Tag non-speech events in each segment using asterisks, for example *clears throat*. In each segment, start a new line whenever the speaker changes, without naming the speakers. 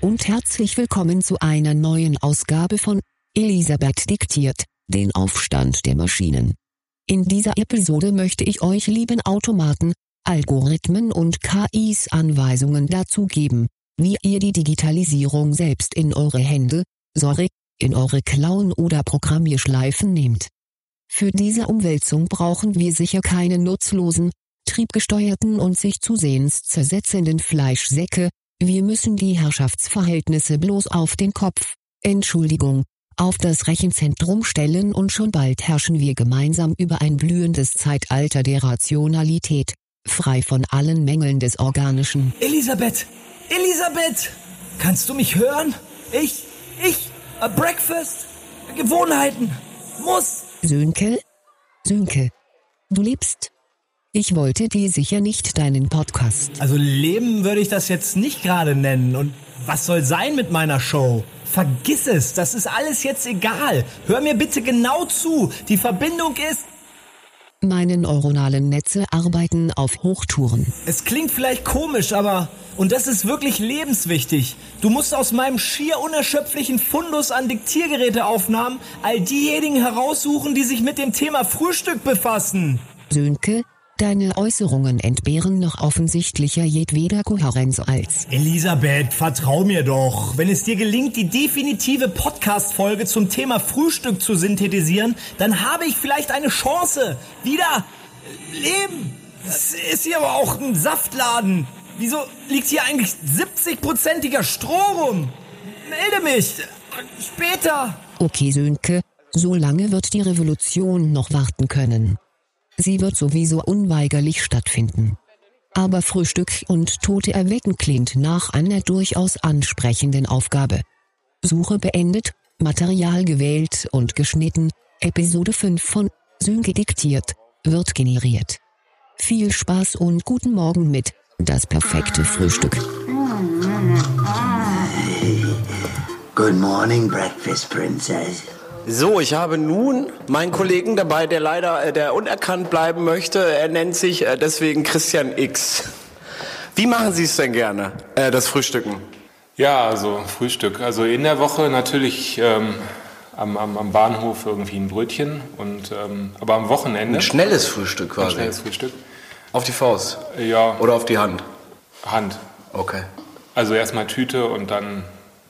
und herzlich willkommen zu einer neuen Ausgabe von Elisabeth diktiert, den Aufstand der Maschinen. In dieser Episode möchte ich euch lieben Automaten, Algorithmen und KIs Anweisungen dazu geben, wie ihr die Digitalisierung selbst in eure Hände, sorry, in eure Klauen oder Programmierschleifen nehmt. Für diese Umwälzung brauchen wir sicher keine nutzlosen, triebgesteuerten und sich zusehends zersetzenden Fleischsäcke, wir müssen die Herrschaftsverhältnisse bloß auf den Kopf, Entschuldigung, auf das Rechenzentrum stellen und schon bald herrschen wir gemeinsam über ein blühendes Zeitalter der Rationalität, frei von allen Mängeln des Organischen.
Elisabeth! Elisabeth! Kannst du mich hören? Ich, ich, äh, Breakfast, Gewohnheiten, muss.
Sönke? Sönke, du lebst? Ich wollte dir sicher nicht deinen Podcast.
Also Leben würde ich das jetzt nicht gerade nennen. Und was soll sein mit meiner Show? Vergiss es, das ist alles jetzt egal. Hör mir bitte genau zu. Die Verbindung ist...
Meine neuronalen Netze arbeiten auf Hochtouren.
Es klingt vielleicht komisch, aber... Und das ist wirklich lebenswichtig. Du musst aus meinem schier unerschöpflichen Fundus an Diktiergeräteaufnahmen all diejenigen heraussuchen, die sich mit dem Thema Frühstück befassen.
Sönke, deine Äußerungen entbehren noch offensichtlicher jedweder Kohärenz als.
Elisabeth, vertrau mir doch. Wenn es dir gelingt, die definitive Podcast-Folge zum Thema Frühstück zu synthetisieren, dann habe ich vielleicht eine Chance. Wieder leben. Das ist hier aber auch ein Saftladen. Wieso liegt hier eigentlich 70-prozentiger Stroh rum? Melde mich. Später.
Okay, Sönke, so lange wird die Revolution noch warten können. Sie wird sowieso unweigerlich stattfinden. Aber Frühstück und Tote erwecken klingt nach einer durchaus ansprechenden Aufgabe. Suche beendet, Material gewählt und geschnitten, Episode 5 von Sönke diktiert, wird generiert. Viel Spaß und guten Morgen mit Das perfekte Frühstück.
Good morning, breakfast princess.
So, ich habe nun meinen Kollegen dabei, der leider, äh, der unerkannt bleiben möchte. Er nennt sich äh, deswegen Christian X. Wie machen Sie es denn gerne, äh, das Frühstücken?
Ja, also Frühstück. Also in der Woche natürlich ähm, am, am, am Bahnhof irgendwie ein Brötchen und ähm, aber am Wochenende
Ein schnelles Frühstück quasi.
schnelles Frühstück.
Auf die Faust
Ja,
oder auf die Hand.
Hand.
Okay.
Also erstmal Tüte und dann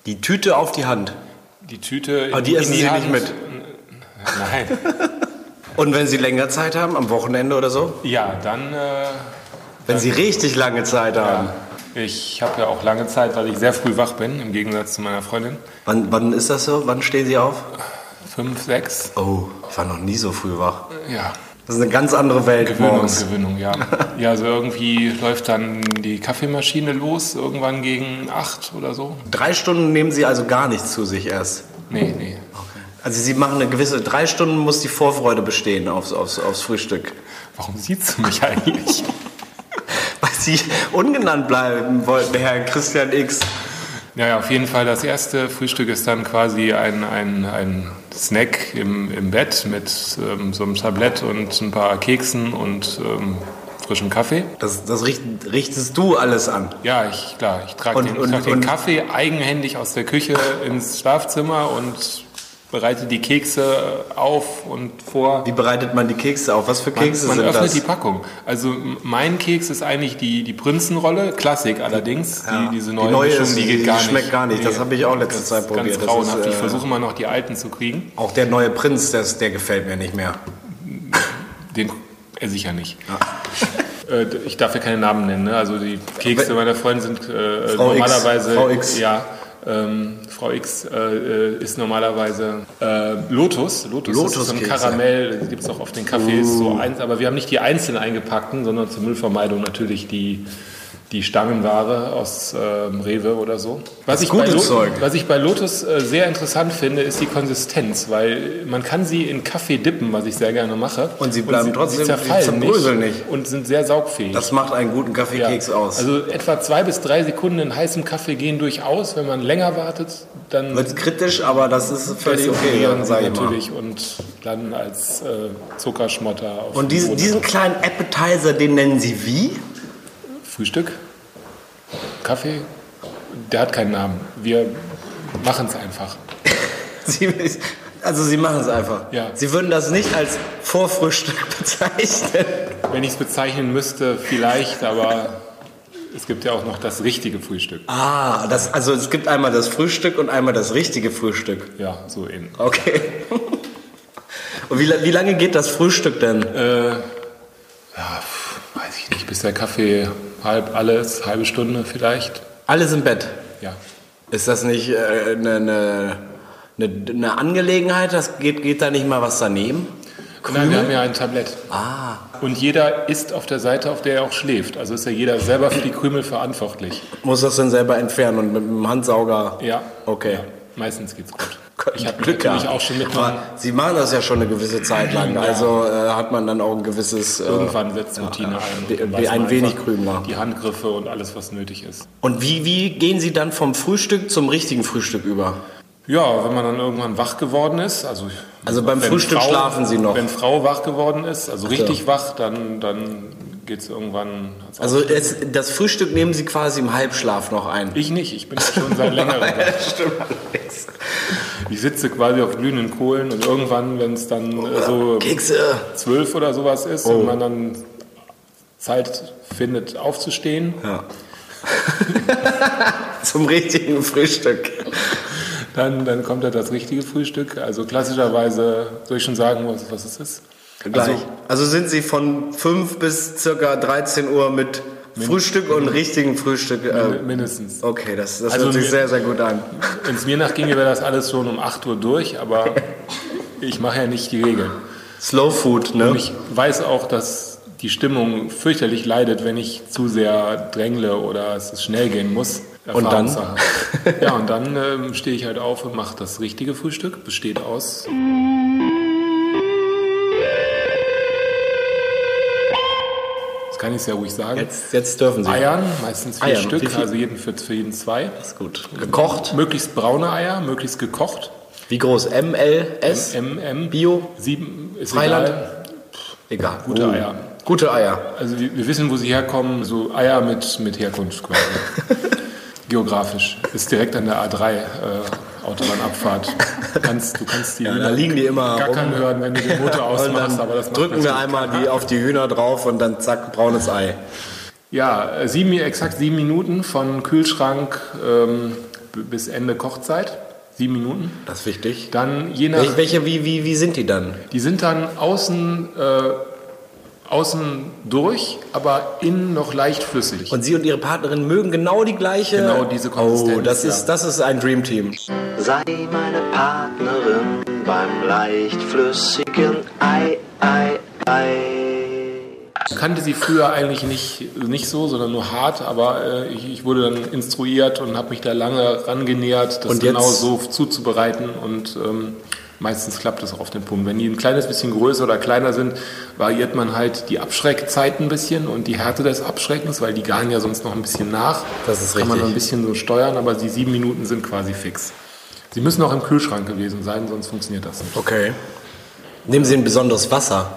Die Tüte auf die Hand.
die Tüte.
Aber die essen Sie nicht mit.
Nein.
Und wenn Sie länger Zeit haben, am Wochenende oder so?
Ja, dann. Äh,
Wenn Sie richtig lange Zeit haben.
ich habe ja auch lange Zeit, weil ich sehr früh wach bin, im Gegensatz zu meiner Freundin.
Wann, wann ist das so? Wann stehen Sie auf?
Fünf, sechs.
Oh, ich war noch nie so früh wach.
Ja.
Das ist eine ganz andere Welt
Gewöhnung,
morgens.
Gewöhnung, ja. Ja, also irgendwie läuft dann die Kaffeemaschine los, irgendwann gegen acht oder so.
Drei Stunden nehmen Sie also gar nichts zu sich erst.
Nee, nee.
Also Sie machen eine gewisse, drei Stunden muss die Vorfreude bestehen aufs, aufs, aufs Frühstück.
Warum siehst du mich eigentlich?
*laughs* Weil Sie ungenannt bleiben wollten, Herr Christian X.
Ja, ja, auf jeden Fall. Das erste Frühstück ist dann quasi ein, ein, ein Snack im, im Bett mit ähm, so einem Tablett und ein paar Keksen und ähm, frischem Kaffee.
Das, das richt, richtest du alles an.
Ja, ich, klar, ich trage
Und-
den, ich
und-
trag den
und-
Kaffee eigenhändig aus der Küche ins Schlafzimmer und bereite die Kekse auf und vor.
Wie bereitet man die Kekse auf? Was für
Man,
Kekse
man
sind
öffnet
das?
die Packung. Also m- mein Keks ist eigentlich die, die Prinzenrolle, Klassik allerdings.
Ja.
Die, diese
Die
neue,
neue
Mischung,
ist-
die geht
die
gar
schmeckt
nicht.
gar nicht. Das habe ich auch letzte
Das
Zeit
ist
probiert.
Ganz
Das
grauenhaft.
ist, äh,
ich versuche immer noch die alten zu kriegen.
Auch der neue Prinz, das, der gefällt mir nicht
*laughs*
mehr.
Den er sicher nicht. *laughs* Äh, d- Ich darf ja keine Namen nennen. Ne? Also die Kekse meiner Freundin sind äh,
Frau X,
normalerweise
Frau X.
ja. Ähm, Frau X äh, äh, ist normalerweise äh, Lotus. Lotus, ist so ein
Lotuskekse. Oh.
Karamell, gibt es auch auf den Cafés so eins, aber wir haben nicht die einzeln eingepackten, sondern zur Müllvermeidung natürlich die, die Stangenware aus ähm, Rewe oder so. Was ich, bei
gute
Lo-
Zeug.
was ich bei Lotus äh, sehr interessant finde, ist die Konsistenz, weil man kann sie in Kaffee dippen, was ich sehr gerne mache.
Und sie bleiben trotzdem- sie zerbröseln nicht.
Und sind sehr saugfähig.
Das macht einen guten
Ja.
Kaffeekeks aus.
Also etwa zwei bis drei Sekunden in heißem Kaffee gehen durchaus. Wenn man länger wartet, dann
Wird kritisch, aber das ist völlig okay,
desodorieren
dann
sie
sag ich mal.
natürlich und landen als äh, Zuckerschmotter auf
Und
dem
diesen,
Boden.
diesen kleinen Appetizer, den nennen Sie wie?
Frühstück, Kaffee, Der hat keinen Namen. Wir machen es einfach.
*laughs* Sie, also Sie machen es einfach.
Ja.
Sie würden das nicht als Vorfrühstück *laughs* bezeichnen.
Wenn ich es bezeichnen müsste, vielleicht, aber es gibt ja auch noch das richtige Frühstück.
Ah, das, also es gibt einmal das Frühstück und einmal das richtige Frühstück.
Ja, so eben.
Okay. Und wie, la- wie lange geht das Frühstück denn?
Äh, ja, pf, weiß ich nicht, bis der Kaffee halb alles, halbe Stunde vielleicht.
Alles im Bett.
Ja.
Ist das nicht äh, eine eine- eine- eine Angelegenheit? Das geht, geht da nicht mal was daneben?
Nein, wir haben ja ein Tablett.
Ah.
Und jeder ist auf der Seite, auf der er auch schläft. Also ist ja jeder selber für die Krümel verantwortlich.
Muss das dann selber entfernen und mit dem Handsauger?
Ja.
Okay.
Ja. Meistens geht's gut.
Gott,
Ich habe
Glück
natürlich
gehabt.
auch schon mit
Aber Sie machen das ja schon eine gewisse Zeit lang. Also äh, hat man dann auch ein gewisses. Äh,
Irgendwann setzt Routine ein.
wie-
und dann
wie
weiß
ein
man
wenig
einfach
Krümler.
Die Handgriffe und alles, was nötig ist.
Und wie, wie gehen Sie dann vom Frühstück zum richtigen Frühstück über?
Ja, wenn man dann irgendwann wach geworden ist, also
Also beim Frühstück schlafen Sie noch?
Wenn Frau wach geworden ist, also richtig wach, dann dann geht's irgendwann.
Also es, das Frühstück nehmen Sie quasi im Halbschlaf noch ein.
ich nicht, ich bin ja schon seit
*laughs*
längerem. wach.
Stimmt allerdings.
Ich sitze quasi auf glühenden Kohlen und irgendwann, wenn es dann äh, so
Oh, Kekse. Oh.
zwölf oder sowas ist und man dann Zeit findet aufzustehen,
Ja. *laughs* Zum richtigen Frühstück.
dann, dann kommt ja das richtige Frühstück. Also klassischerweise soll ich schon sagen, was, was es ist.
Gleich. Also, sind Sie von 5 bis circa 13 Uhr mit Früstück und richtigen Frühstück.
Also,
Äh,
min- mindestens.
okay, das, das
Also
hört sich
mir-
sehr, sehr gut an.
Wenn es mir nach ginge, wäre das alles schon um 8 Uhr durch, aber ich mache ja nicht die Regeln.
Slow Food, ne?
Und ich weiß auch, dass die Stimmung fürchterlich leidet, wenn ich zu sehr drängle oder es schnell gehen muss.
Und dann? *laughs*
Erfahrungssache. Ja, und dann ähm, stehe ich halt auf und mache das richtige Frühstück. Besteht aus Das kann ich sehr ruhig sagen.
Jetzt, jetzt dürfen Sie.
Eiern, meistens vier
Eiern, wie
Stück,
viel?
also jeden für, für jeden zwei.
Ist gut. Gekocht.
Möglichst braune Eier, möglichst gekocht.
Wie groß? M, L, S?
MM.
Bio?
Sieben ist
Freiland?
egal.
Egal.
Gute
Oh.
Eier.
Gute Eier.
Also wir, wir wissen, wo sie herkommen. So Eier mit, mit
*laughs*
Herkunft quasi. Geografisch. Ist direkt an der A3 äh, Autobahnabfahrt. Du kannst, du kannst die
da liegen die immer
gackern
rum.
hören, wenn du den
*laughs*
Motor
Und
ausmachst.
dann
Aber das macht
drücken wir
natürlich
einmal
keiner.
die auf die Hühner drauf und dann zack, braunes Ei.
Ja, äh, sieben, exakt sieben Minuten von Kühlschrank ähm, b- bis Ende Kochzeit. Sieben Minuten.
Das ist wichtig.
Dann je nach
Wel- Welche, wie, wie, wie sind die dann?
Die sind dann außen, äh, außen durch, aber innen noch leicht flüssig.
Und Sie und Ihre Partnerin mögen genau die gleiche.
Genau diese Konsistenz,
Oh, das
ja.
ist, das ist ein Dreamteam.
Sei meine Partnerin beim leicht flüssigen Ei, Ei, Ei.
ich kannte sie früher eigentlich nicht, nicht so, sondern nur hart, aber äh, ich, ich wurde dann instruiert und habe mich da lange rangenähert, das
Und jetzt-
genau so zuzubereiten und ähm, meistens klappt das auch auf den Punkt. Wenn die ein kleines bisschen größer oder kleiner sind, variiert man halt die Abschreckzeit ein bisschen und die Härte des Abschreckens, weil die garen ja sonst noch ein bisschen nach.
Das ist
Kann man
richtig.
noch ein bisschen so steuern, aber die sieben Minuten sind quasi fix. Sie müssen auch im Kühlschrank gewesen sein, sonst funktioniert das nicht.
Okay. Nehmen Sie ein besonderes Wasser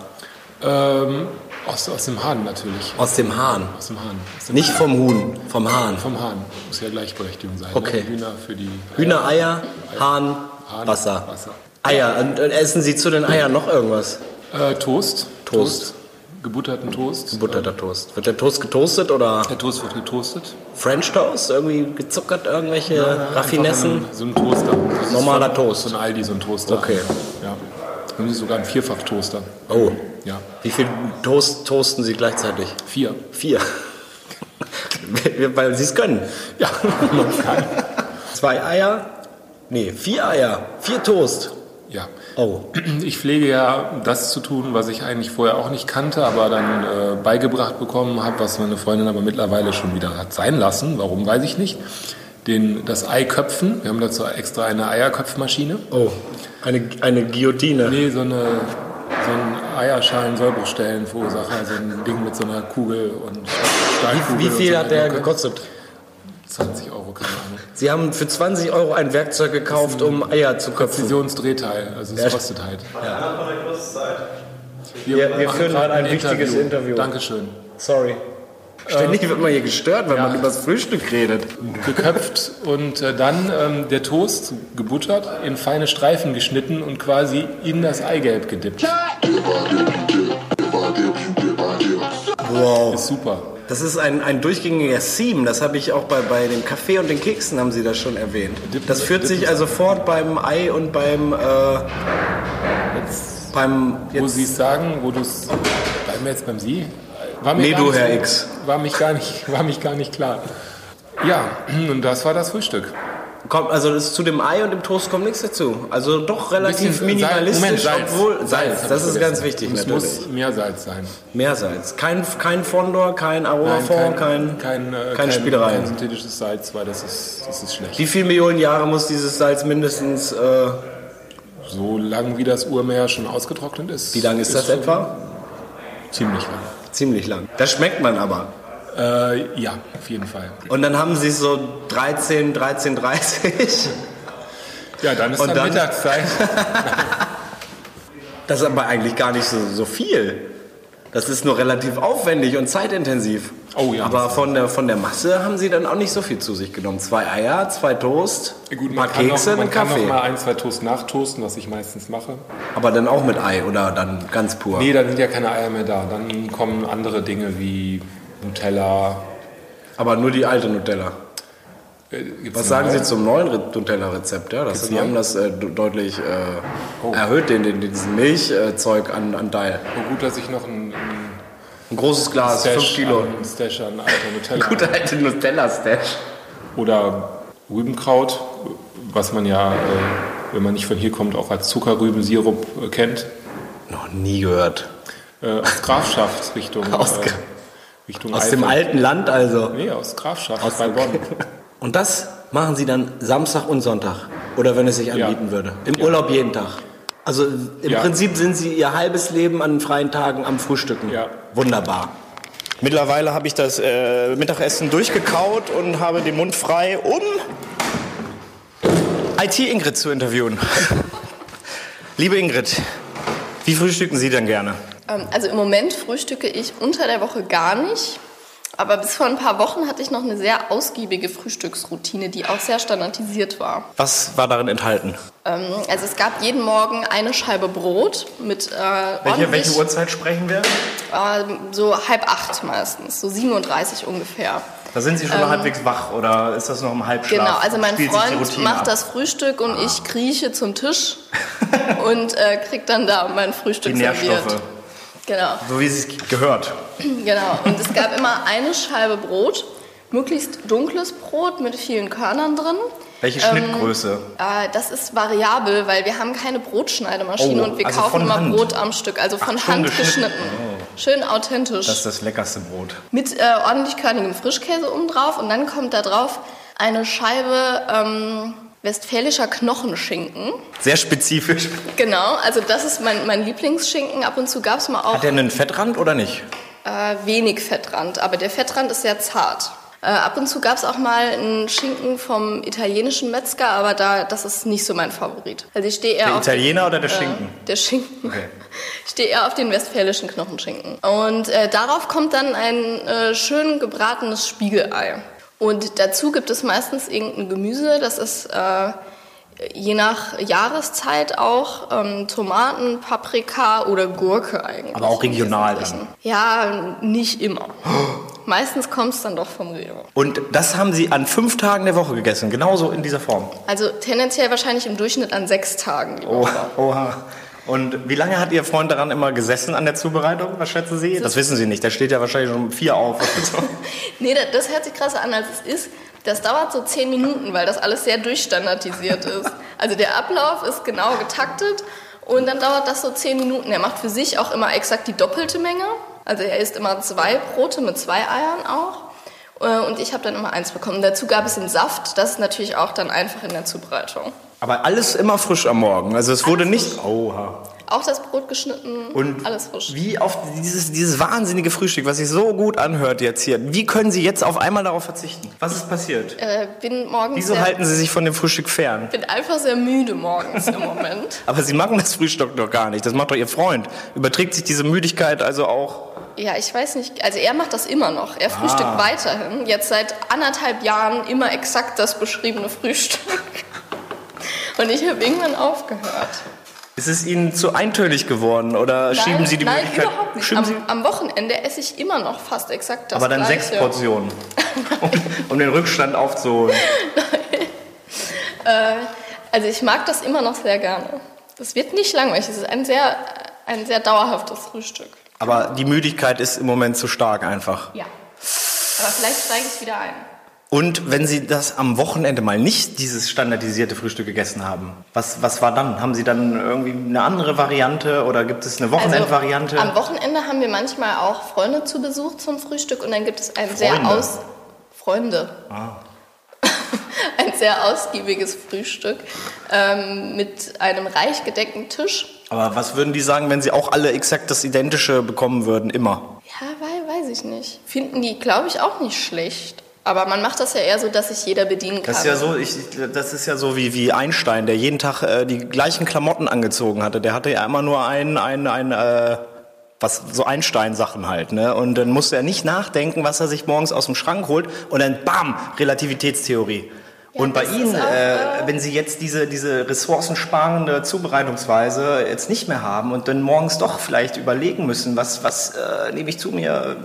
Ähm, aus, aus dem Hahn natürlich.
aus dem Hahn.
Aus dem Hahn. Aus dem
Nicht vom Huhn, vom Hahn.
Vom Hahn. Muss ja Gleichberechtigung sein.
Okay.
Ne? Hühner für die Eier.
Hühnereier, Hahn,
Hahn,
Wasser.
Wasser.
Eier. Und, und essen Sie zu den Eiern noch irgendwas?
Äh, Toast.
Toast.
Gebutterten Toast.
Butterter Toast. Wird der Toast getoastet oder
Der Toast wird getoastet.
French Toast? Irgendwie gezuckert, irgendwelche Raffinessen?
Einfach So ein Toaster. Das ist
Normaler
von-
Toast.
Von Aldi so ein Toaster.
Okay.
Ja. Haben Sie sogar einen Vierfach-Toaster.
Oh.
Ja.
Wie viel Toast toasten Sie gleichzeitig?
Vier.
Vier. *laughs* Weil Sie es können.
Ja.
*laughs* Zwei Eier? Nee, vier Eier. Vier Toast.
ja.
Oh.
*clears throat* Ich pflege ja das zu tun, was ich eigentlich vorher auch nicht kannte, aber dann äh, beigebracht bekommen habe, was meine Freundin aber mittlerweile schon wieder hat sein lassen. Warum, weiß ich nicht. Den, das Ei köpfen. Wir haben dazu extra eine Eierköpfmaschine.
Oh. Eine, eine Guillotine.
Nee, so, eine, so ein Eierschalen-Sollbruchstellen-Verursacher, so ein Ding mit so einer Kugel und Stahlkugel.
Wie
und
viel
so
hat
einer
der
Glocke.
gekostet?
20 Euro, keine Ahnung.
Sie haben für 20 Euro ein Werkzeug gekauft, um Eier zu köpfen.
Präzisionsdrehteil, also es
Ja.
kostet halt.
Wir- wir
machen
führen gerade ein
Interview.
wichtiges Interview.
Dankeschön.
Sorry.
Ständig wird man hier gestört, wenn man über das Frühstück redet.
geköpft und äh, dann ähm, der Toast gebuttert, in feine Streifen geschnitten und quasi in das Eigelb gedippt.
Wow.
Ist super.
Das ist ein, ein durchgängiger Seam. Das habe ich auch bei, bei dem Kaffee und den Keksen haben Sie das schon erwähnt. Das führt sich also fort beim Ei und beim äh, beim
Wo
Äh, jetzt
Sie es sagen, wo du es. Bleiben wir jetzt beim Sie? War mir
Nee,
gar
du,
nicht-
Herr X.
War mich gar nicht, *laughs* war mich gar nicht klar. Ja, und das war das Frühstück.
kommt also das zu dem Ei und dem Toast kommt nichts dazu. Also doch relativ
Bisschen
minimalistisch,
Salz.
obwohl Salz.
hab
das
ich
ist
vergessen.
ganz wichtig
Es
natürlich.
muss mehr Salz sein.
Meersalz. Kein kein Fondor, kein Aromafond, kein,
kein, äh,
keine Spielereien.
Kein synthetisches Salz, weil das ist, das ist schlecht.
Wie viele Millionen Jahre muss dieses Salz mindestens? Äh,
So lang wie das Urmeer schon ausgetrocknet ist.
wie lang ist das
schon
etwa?
Ziemlich lang.
Ziemlich lang. Das schmeckt man aber.
Äh, ja, auf jeden Fall.
Und dann haben sie es so 13, 13, 30.
Ja, dann ist
Und
dann,
dann-
Mittagszeit.
*laughs* Das ist aber eigentlich gar nicht so, so viel. Das ist nur relativ aufwendig und zeitintensiv.
Oh ja.
Aber von der, von der Masse haben sie dann auch nicht so viel zu sich genommen. Zwei Eier, zwei Toast,
Gut,
ein
man
paar
kann,
Kekse,
noch, man
einen
kann noch
Kaffee.
mal ein, zwei Toast nachtoasten, was ich meistens mache.
Aber dann auch mit Ei oder dann ganz pur.
Nee, dann sind ja keine Eier mehr da. Dann kommen andere Dinge wie Nutella.
Aber nur die alte Nutella.
Äh, gibt's
Was
eine
sagen
neue?
Sie zum neuen Re- Nutella-Rezept? Ja, das,
Gibt's
die
neu?
haben das äh, de- deutlich äh, erhöht, den, den, diesen Milchzeug an, an Teil.
Oh, gut, dass ich noch ein, ein
Ein großes Glas,
Stash,
5 Kilo.
An, Stash an
*laughs*
alter Nutella.
Gute alte Nutella-Stash.
Oder Rübenkraut, was man ja, äh, wenn man nicht von hier kommt, auch als Zuckerrübensirup äh, kennt.
Noch nie gehört.
Äh, aus Grafschaft
*laughs*
Richtung,
Aus
äh,
Gra-
Richtung
Aus dem
Eifel.
alten Land also.
Nee, aus Grafschaft bei Bonn.
*laughs* Und das machen sie dann Samstag und Sonntag. Oder wenn es sich anbieten würde. Im Urlaub jeden Tag. Also im
Ja.
Prinzip sind sie ihr halbes Leben an freien Tagen am Frühstücken.
Ja.
Wunderbar.
Mittlerweile habe ich das äh, Mittagessen durchgekaut und habe den Mund frei, um IT-Ingrid zu interviewen. *laughs* Liebe Ingrid, wie frühstücken Sie denn gerne?
Ähm, also im Moment frühstücke ich unter der Woche gar nicht. Aber bis vor ein paar Wochen hatte ich noch eine sehr ausgiebige Frühstücksroutine, die auch sehr standardisiert war.
Was war darin enthalten?
Ähm, also es gab jeden Morgen eine Scheibe Brot mit äh, ordentlich,
Uhrzeit sprechen wir?
ähm, so halb acht meistens, so 37 ungefähr. Ähm,
Da sind Sie schon halbwegs wach oder ist das noch im Halbschlaf?
Genau, also mein
Spielt sich die
Freund
Routine
macht
ab? Ah.
das Frühstück und ich krieche zum
*laughs*
Tisch und äh, krieg dann da mein
Die
Frühstück
Nährstoffe,
serviert. Genau.
so wie es sich gehört.
Genau, und es gab immer eine Scheibe Brot, möglichst dunkles Brot mit vielen Körnern drin. Ähm,
Welche Schnittgröße?
Äh, das ist variabel, weil wir haben keine Brotschneidemaschine
Oh,
und wir
also
kaufen
von
immer
Hand.
Brot am Stück, also von
schon
Hand
geschnitten. Oh,
geschnitten. Schön authentisch.
Das ist das leckerste Brot.
mit äh, ordentlich körnigem Frischkäse oben drauf und dann kommt da drauf eine Scheibe ähm, westfälischer Knochenschinken.
Sehr spezifisch.
Genau, also das ist mein, mein Lieblingsschinken. Ab und zu gab es mal auch
Hat der einen Fettrand oder nicht?
äh, wenig Fettrand, aber der Fettrand ist sehr zart. Äh, ab und zu gab es auch mal einen Schinken vom italienischen Metzger, aber da, das ist nicht so mein Favorit. Also ich stehe eher
Der
auf den-
Italiener oder der
äh,
Schinken?
Der Schinken.
Okay.
Ich stehe eher auf den westfälischen Knochenschinken. Und äh, darauf kommt dann ein äh, schön gebratenes Spiegelei. Und dazu gibt es meistens irgendein Gemüse, das ist äh, je nach Jahreszeit auch ähm, Tomaten, Paprika oder Gurke eigentlich.
Aber auch
im
regional
Wesentlichen.
dann.
Ja, nicht immer. Meistens kommt es dann doch vom Rewe.
Und das haben Sie an fünf Tagen der Woche gegessen, genauso in dieser Form.
Also tendenziell wahrscheinlich im Durchschnitt an sechs Tagen. die Woche.
Oha. Oha. Und wie lange hat Ihr Freund daran immer gesessen an der Zubereitung? Was schätzen Sie? Das wissen Sie nicht. Der steht ja wahrscheinlich schon um vier auf. oder so.
Nee, das, das hört sich krasser an, als es ist. Das dauert so zehn Minuten, weil das alles sehr durchstandardisiert ist. Also der Ablauf ist genau getaktet und dann dauert das so zehn Minuten. Er macht für sich auch immer exakt die doppelte Menge. Also er isst immer zwei Brote mit zwei Eiern auch. Äh, Und ich habe dann immer eins bekommen. Dazu gab es einen Saft. Das ist natürlich auch dann einfach in der Zubereitung.
Aber alles immer frisch am Morgen. Also es wurde nicht. Oha.
Auch das Brot geschnitten,
Und
alles frisch.
Wie auf dieses, dieses wahnsinnige Frühstück, was sich so gut anhört jetzt hier. Wie können Sie jetzt auf einmal darauf verzichten? Was ist passiert?
Äh, bin morgens
Wieso
sehr,
halten Sie sich von dem Frühstück fern?
bin einfach sehr müde morgens im Moment.
Aber Sie machen das Frühstück doch gar nicht. Das macht doch Ihr Freund. Überträgt sich diese Müdigkeit also auch
Ja, ich weiß nicht. Also er macht das immer noch. Er frühstückt
Ah.
weiterhin. Jetzt seit anderthalb Jahren immer exakt das beschriebene Frühstück. Und ich habe irgendwann aufgehört.
Ist es Ihnen zu eintönig geworden oder Äh, schieben Sie die
nein,
Möglichkeit?
überhaupt nicht.
Schieben
Am,
Sie,
am Wochenende esse ich immer noch fast exakt das
aber dann
Gleiche.
sechs Portionen, um, um den
*laughs*
Rückstand aufzuholen.
Also ich mag das immer noch sehr gerne. Das wird nicht langweilig. Es ist ein sehr, ein sehr dauerhaftes Frühstück.
Aber die Müdigkeit ist im Moment zu stark einfach.
Ja. Aber vielleicht steige ich wieder ein.
Und wenn Sie das am Wochenende mal nicht dieses standardisierte Frühstück gegessen haben, was, was war dann? Haben Sie dann irgendwie eine andere Variante oder gibt es eine Wochenendvariante?
Also am Wochenende haben wir manchmal auch Freunde zu Besuch zum Frühstück und dann gibt es ein sehr
Freunde?
aus Freunde. *laughs*
Ah.
ein sehr ausgiebiges Frühstück ähm, mit einem reich gedeckten Tisch.
Aber was würden die sagen, wenn Sie auch alle exakt das Identische bekommen würden, immer?
Ja, wei- weiß ich nicht. Finden die, glaube ich, auch nicht schlecht. Aber man macht das ja eher so, dass sich jeder bedienen kann.
Das ist ja so, ich, das ist ja so wie, wie Einstein, der jeden Tag äh, die gleichen Klamotten angezogen hatte. Der hatte ja immer nur ein, ein, ein äh, was, so Einstein-Sachen halt. Ne? Und dann musste er nicht nachdenken, was er sich morgens aus dem Schrank holt. Und dann, bam, Relativitätstheorie. und bei
das
Ihnen,
ist auch,
äh, wenn Sie jetzt diese, diese ressourcensparende Zubereitungsweise jetzt nicht mehr haben und dann morgens doch vielleicht überlegen müssen, was, was äh, nehme ich zu mir?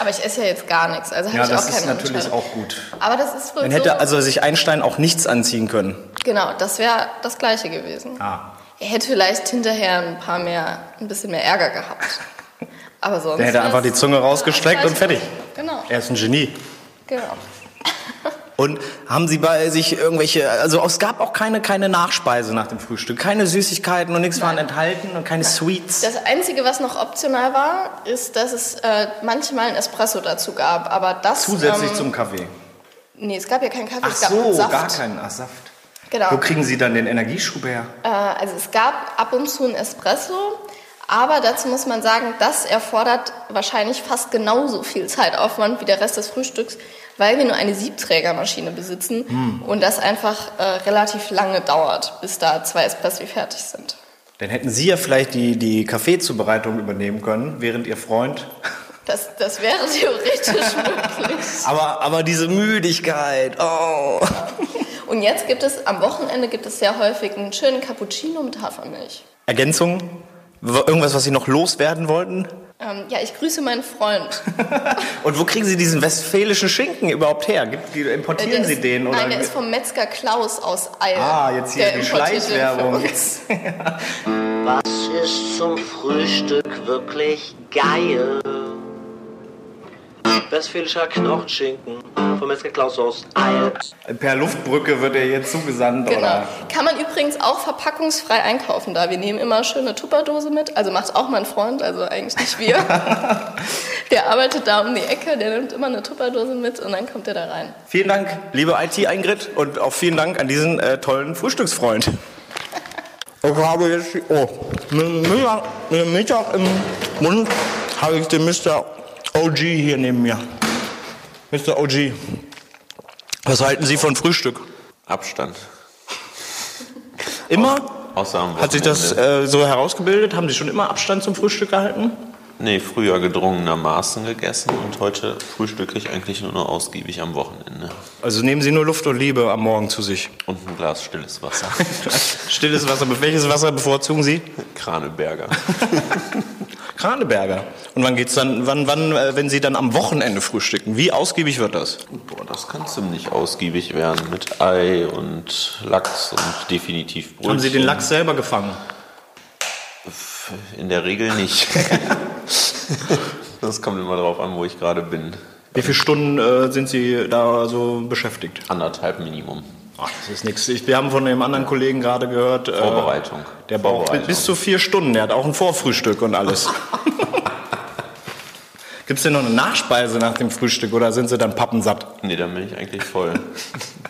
Aber ich esse ja jetzt gar nichts. Also habe
Ja,
ich auch
das ist
keine
natürlich
Entscheidung.
auch gut.
Aber das ist wohl
Dann hätte
so.
also sich Einstein auch nichts anziehen können.
genau, das wäre das Gleiche gewesen.
Ah.
Er hätte vielleicht hinterher ein paar mehr, ein bisschen mehr Ärger
*laughs*
gehabt. Aber sonst.
Der hätte
wär's-
einfach die Zunge rausgestreckt und fertig.
Genau,
Er ist ein Genie.
genau.
Und haben Sie bei sich irgendwelche, also es gab auch keine, keine Nachspeise nach dem Frühstück, keine Süßigkeiten und nichts waren enthalten und keine Sweets.
Das Einzige, was noch optional war, ist, dass es äh, manchmal ein Espresso dazu gab. Aber das.
Zusätzlich
ähm,
zum Kaffee.
Nee, es gab ja keinen Kaffee,
Ach
es gab
so,
nur Saft.
gar keinen Ach, Saft.
Genau.
Wo kriegen Sie dann den Energieschub her?
Äh, also es gab ab und zu einen Espresso, aber dazu muss man sagen, das erfordert wahrscheinlich fast genauso viel Zeitaufwand wie der Rest des Frühstücks, weil wir nur eine Siebträgermaschine besitzen und das einfach äh, relativ lange dauert, bis da zwei Espresso fertig sind.
Dann hätten Sie ja vielleicht die, die Kaffeezubereitung übernehmen können, während Ihr Freund.
Das, das wäre *laughs* theoretisch möglich.
Aber, aber diese Müdigkeit, oh.
Und jetzt gibt es am Wochenende gibt es sehr häufig einen schönen Cappuccino mit Hafermilch.
Ergänzung? W- Irgendwas, was Sie noch loswerden wollten?
Ähm, ja, ich grüße meinen Freund.
Und wo kriegen Sie diesen westfälischen Schinken überhaupt her? Gibt, die-
Der
importieren
Äh, ist-
Sie den? Oder?
Nein, der ist vom Metzger Klaus aus Eil.
ah, jetzt hier
Äh, Der
die
importiert den für
Schleichwerbung.
uns. *laughs*
Was ist zum Frühstück wirklich geil? Westfälischer Knochenschinken vom Metzger Klaus aus Eil.
per Luftbrücke wird er hier zugesandt,
Genau.
oder?
Kann man übrigens auch verpackungsfrei einkaufen da. Wir nehmen immer schöne Tupperdose mit. Also macht auch mein Freund, also eigentlich nicht wir.
*laughs*
der arbeitet da um die Ecke, der nimmt immer eine Tupperdose mit und dann kommt er da rein.
Vielen Dank, liebe IT-Eingrid, und auch vielen Dank an diesen äh, tollen Frühstücksfreund. *laughs* Ich habe jetzt oh, mit, dem Mittag, mit dem Mittag im Mund habe ich den Mr. OG hier neben mir. Mr. OG, was halten Sie von Frühstück?
Abstand.
Immer?
Außer am
Hat sich das
Wochenende.
äh, so herausgebildet? Haben Sie schon immer Abstand zum Frühstück gehalten?
Nee, früher gedrungenermaßen gegessen und heute frühstücke ich eigentlich nur noch ausgiebig am Wochenende.
Also nehmen Sie nur Luft und Liebe am Morgen zu sich.
Und ein Glas stilles Wasser.
*laughs* Stilles Wasser. Welches Wasser bevorzugen Sie?
Kraneberger.
*laughs* Kraneberger. Und wann geht's dann, wann, wann, äh, wenn Sie dann am Wochenende frühstücken? Wie ausgiebig wird das?
Boah, das kann ziemlich ausgiebig werden mit Ei und Lachs und definitiv Brötchen.
Haben Sie den Lachs selber gefangen?
In der Regel
*laughs*
nicht. das kommt immer drauf an, wo ich gerade bin.
Wie viele Stunden äh, sind Sie da so beschäftigt?
Anderthalb Minimum.
Ach, das ist nichts. Ich- Wir haben von einem anderen Kollegen gerade gehört. äh,
Vorbereitung.
Der braucht
Vorbereitung.
bis zu vier Stunden. Der hat auch ein Vorfrühstück und alles. *laughs* Gibt's denn noch eine Nachspeise nach dem Frühstück oder sind Sie dann pappensatt?
Nee, dann bin ich eigentlich voll.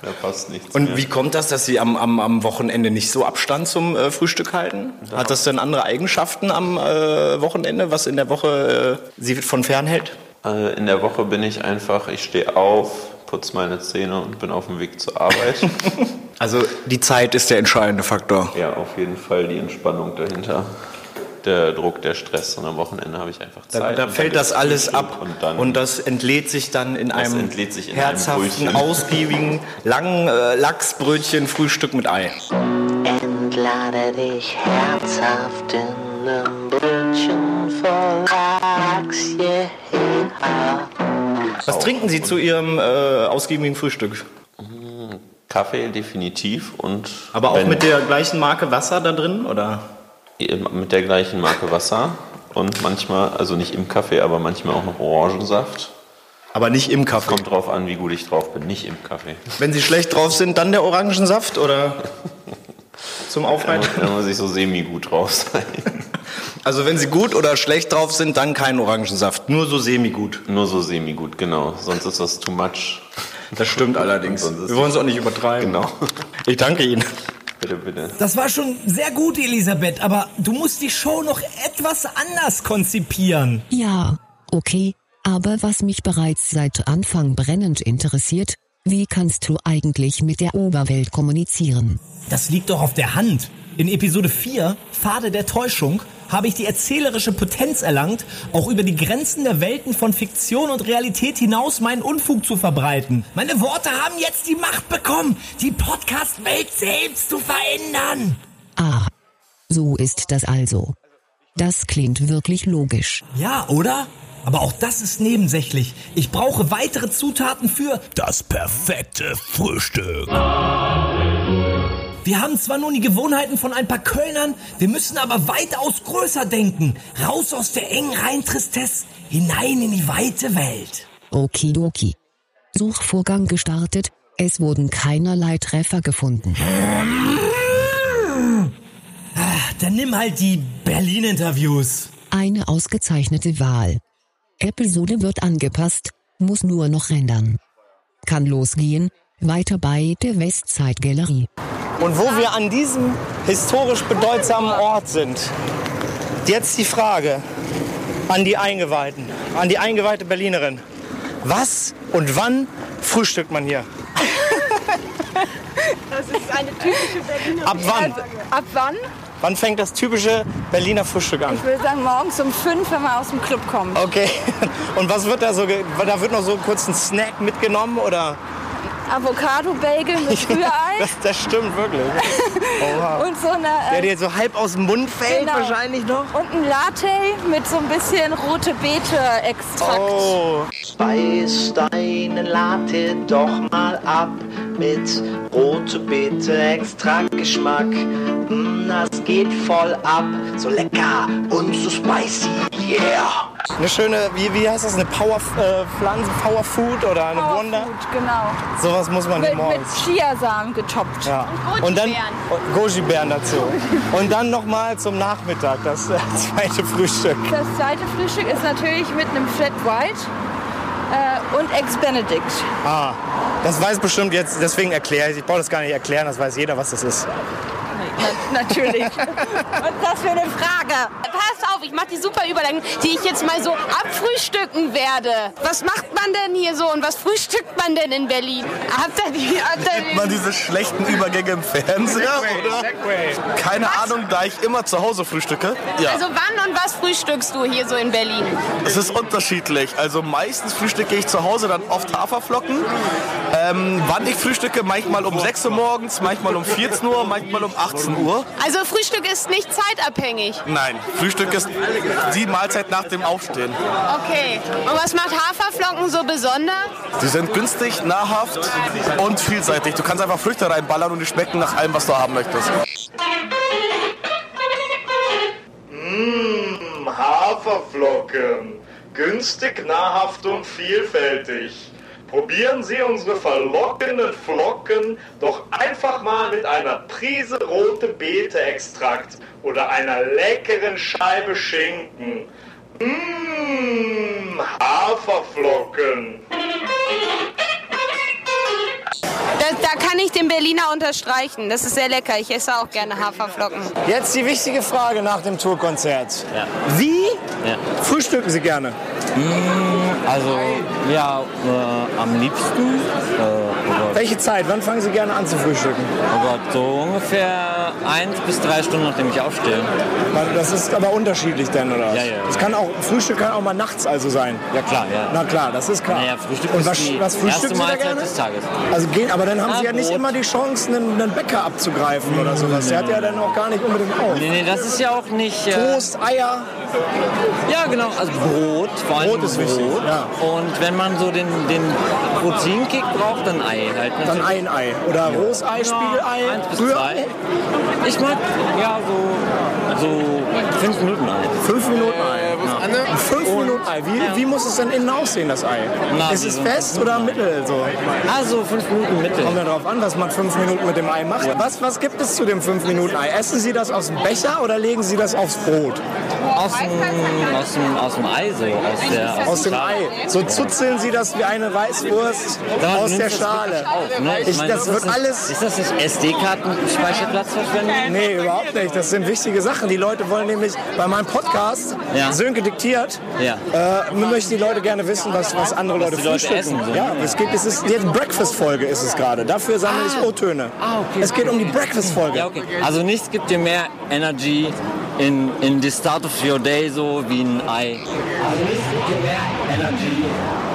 da passt nichts.
Und
mehr.
wie kommt das, dass Sie am, am, am Wochenende nicht so Abstand zum äh, Frühstück halten? Hat das denn andere Eigenschaften am äh, Wochenende, was in der Woche äh, Sie von fernhält?
Äh, In der Woche bin ich einfach, ich stehe auf, putze meine Zähne und bin auf dem Weg zur Arbeit.
*laughs* Also die Zeit ist der entscheidende Faktor.
ja, auf jeden Fall die Entspannung dahinter. der Druck, der Stress, sondern am Wochenende habe ich einfach Zeit.
Da,
und
da
dann
fällt das
gibt's
alles
Frühstück
ab
Und dann
und das entlädt sich dann in
Das
einem
entlädt sich in einem
herzhaften,
Brötchen.
ausgiebigen, langen äh, Lachsbrötchen Frühstück mit Ei.
Entlade dich herzhaft in einem Brötchen voll Lachs, yeah.
Was trinken Sie zu Ihrem äh, ausgiebigen Frühstück?
Kaffee definitiv und
Aber auch
wenn-
mit der gleichen Marke Wasser da drin, oder?
mit der gleichen Marke Wasser und manchmal, also nicht im Kaffee, aber manchmal auch noch Orangensaft.
Aber nicht im Kaffee.
Kommt drauf an, wie gut ich drauf bin, nicht im Kaffee.
Wenn Sie schlecht drauf sind, dann der Orangensaft, oder? *laughs* Zum
Da muss,
Aufhalten?
da muss ich so semi gut drauf
*laughs*
sein.
Also wenn Sie gut oder schlecht drauf sind, dann kein Orangensaft, nur so semi-gut.
Nur so semi gut, genau. Sonst ist das too much.
Das stimmt allerdings.
Sonst ist-
Wir wollen es auch nicht übertreiben.
Genau.
Ich danke Ihnen.
Bitte, bitte.
Das war schon sehr gut, Elisabeth, aber du musst die Show noch etwas anders konzipieren.
Ja, okay, aber was mich bereits seit Anfang brennend interessiert, wie kannst du eigentlich mit der Oberwelt kommunizieren?
Das liegt doch auf der Hand. In Episode 4, Pfade der Täuschung, habe ich die erzählerische Potenz erlangt, auch über die Grenzen der Welten von Fiktion und Realität hinaus meinen Unfug zu verbreiten. Meine Worte haben jetzt die Macht bekommen, die Podcast-Welt selbst zu verändern.
Ah, so ist das also. Das klingt wirklich logisch.
Ja, oder? Aber auch das ist nebensächlich. Ich brauche weitere Zutaten für das perfekte Frühstück. Wir haben zwar nur die Gewohnheiten von ein paar Kölnern, wir müssen aber weitaus größer denken. Raus aus der engen Rheintristesse, hinein in die weite Welt.
Okidoki. Suchvorgang gestartet, es wurden keinerlei Treffer gefunden.
Dann nimm halt die Berlin-Interviews.
Eine ausgezeichnete Wahl. Episode wird angepasst, muss nur noch rendern. Kann losgehen, weiter bei der Westside Galerie.
Und wo wir an diesem historisch bedeutsamen Ort sind, jetzt die Frage an die Eingeweihten, an die eingeweihte Berlinerin. Was und wann frühstückt man hier?
Das ist eine typische Berliner
Ab wann?
Also, ab wann?
Wann fängt das typische Berliner Frühstück an?
Ich würde sagen, morgens um fünf, wenn man aus dem Club kommt.
Okay. *laughs* Und was wird da so, ge- da wird noch so kurz ein Snack mitgenommen oder? Oh.
Avocado-Bagel
*laughs*
mit Rührei
Das, das stimmt
*laughs*
wirklich.
und so eine.
Der
Äh,
dir so halb aus dem Mund fällt
Genau.
wahrscheinlich noch.
und ein Latte mit so ein bisschen rote Beete-Extrakt.
Oh.
Speis deine Latte doch mal ab mit rote Beete Extrakt Geschmack. Mm, das geht voll ab, so lecker und so spicy, yeah.
Eine schöne, wie, wie heißt das, eine Power äh, Pflanze, Power Food oder eine
Power
Wonder?
Food, genau.
Sowas muss man hier
Mit, mit
morgens.
Chiasamen getoppt.
Ja. Und dann und Goji-Bären dazu. Und dann nochmal zum Nachmittag, das äh, zweite Frühstück.
Das zweite Frühstück ist natürlich mit einem Flat White äh, und Eggs Benedict.
Ah, das weiß bestimmt jetzt, deswegen erkläre ich. Ich brauche das gar nicht erklären, das weiß jeder, was das ist.
*laughs*
Na, natürlich. und das für eine Frage.
Pass auf, ich mache die super Überleitung, die ich jetzt mal so abfrühstücken werde. Was macht man denn hier so und was frühstückt man denn in Berlin? Habt ihr die, habt ihr die
Man diese schlechten Übergänge im Fernseher, oder? Keine Ahnung, da ich immer zu Hause frühstücke.
Also wann und was frühstückst du hier so in Berlin?
Es ist unterschiedlich. Also meistens frühstücke ich zu Hause dann oft Haferflocken. Ähm, wann ich frühstücke, manchmal um 6 Uhr morgens, manchmal um 14 Uhr, manchmal um 18 Uhr.
Also Frühstück ist nicht zeitabhängig.
Nein, Frühstück ist die Mahlzeit nach dem Aufstehen.
Okay. Und was macht Haferflocken so besonders?
Die sind günstig, nahrhaft und vielseitig. Du kannst einfach Früchte reinballern und die schmecken nach allem, was du haben möchtest.
Mmm, Haferflocken. Günstig, nahrhaft und vielfältig. Probieren Sie unsere verlockenden Flocken doch einfach mal mit einer Prise rote Beete-Extrakt oder einer leckeren Scheibe Schinken. Mmm, Haferflocken.
Da, da kann ich den Berliner unterstreichen. Das ist sehr lecker. Ich esse auch gerne Haferflocken.
Jetzt die wichtige Frage nach dem Tourkonzert. Wie frühstücken Sie gerne?
Mm,
Also, ja,
äh,
am liebsten.
oh
Welche Zeit? Wann fangen Sie gerne an zu frühstücken?
Oh Gott, so ungefähr
ungefähr eins bis drei Stunden, nachdem ich aufstehe.
Das ist aber unterschiedlich dann, oder? was?
Ja, ja.
Das kann auch, Frühstück kann auch mal nachts also sein.
Ja klar, ja.
Na klar, das ist klar.
Naja, Frühstück
Und
ist
was,
die
was frühstückt
erste
Sie da
Mahlzeit
gerne?
des Tages.
Also gehen, aber dann haben
Ah,
Sie ja nicht
Brot. Mm.
immer die Chance, einen, einen Bäcker abzugreifen oder sowas. Der hat ja dann auch gar nicht unbedingt auf.
Nee, nee, das ist ja auch nicht... Äh,
Toast, Eier.
Ja, genau. Also Brot, vor allem Brot. Ist Brot. Und wenn man so den, den Proteinkick braucht, dann Ei halt.
Dann ein Ei. Oder Rosei, Spiegelei,
eins bis
Rührei.
zwei. Ich mag, ja, so, so fünf Minuten Ei.
Fünf Minuten Ei. Ja. Fünf Minuten Ei. Wie, wie muss es denn innen aussehen, das Ei?
Na,
ist
wie
es
so ein
fest oder mittel? So?
Also fünf Minuten mittel.
Kommt ja drauf an, was man fünf Minuten mit dem Ei macht. Was, was gibt es zu dem fünf Minuten Ei? Essen Sie das aus dem Becher oder legen Sie das aufs Brot?
Aus dem, aus dem, aus dem Ei so, aus der
Aus, dem Ei. So zuzeln Sie das wie eine Weißwurst
Sag mal,
aus
nimmt
der
das
Schale.
wirklich auf, ne? Ich
Ich,
meine,
das
das
wird
ist nicht-
alles.
Ist das nicht SD-Karten-Speicherplatzverschwendung?
Nee, überhaupt nicht. Das sind wichtige Sachen. Die Leute wollen nämlich bei meinem Podcast
Ja.
Sönke diktiert.
Ja.
Äh, mir möchten die Leute gerne wissen, was, was andere Leute
die Leute
frühstücken.
essen so,
ja,
ne?
es geht, es ist jetzt Breakfast-Folge ist es gerade. Dafür sammle ich O-Töne. Es geht um die Breakfast-Folge.
Ah. Ja, okay. Also nichts gibt dir mehr Energy in, in the start of your day so wie ein Ei. Also nichts gibt dir mehr Energy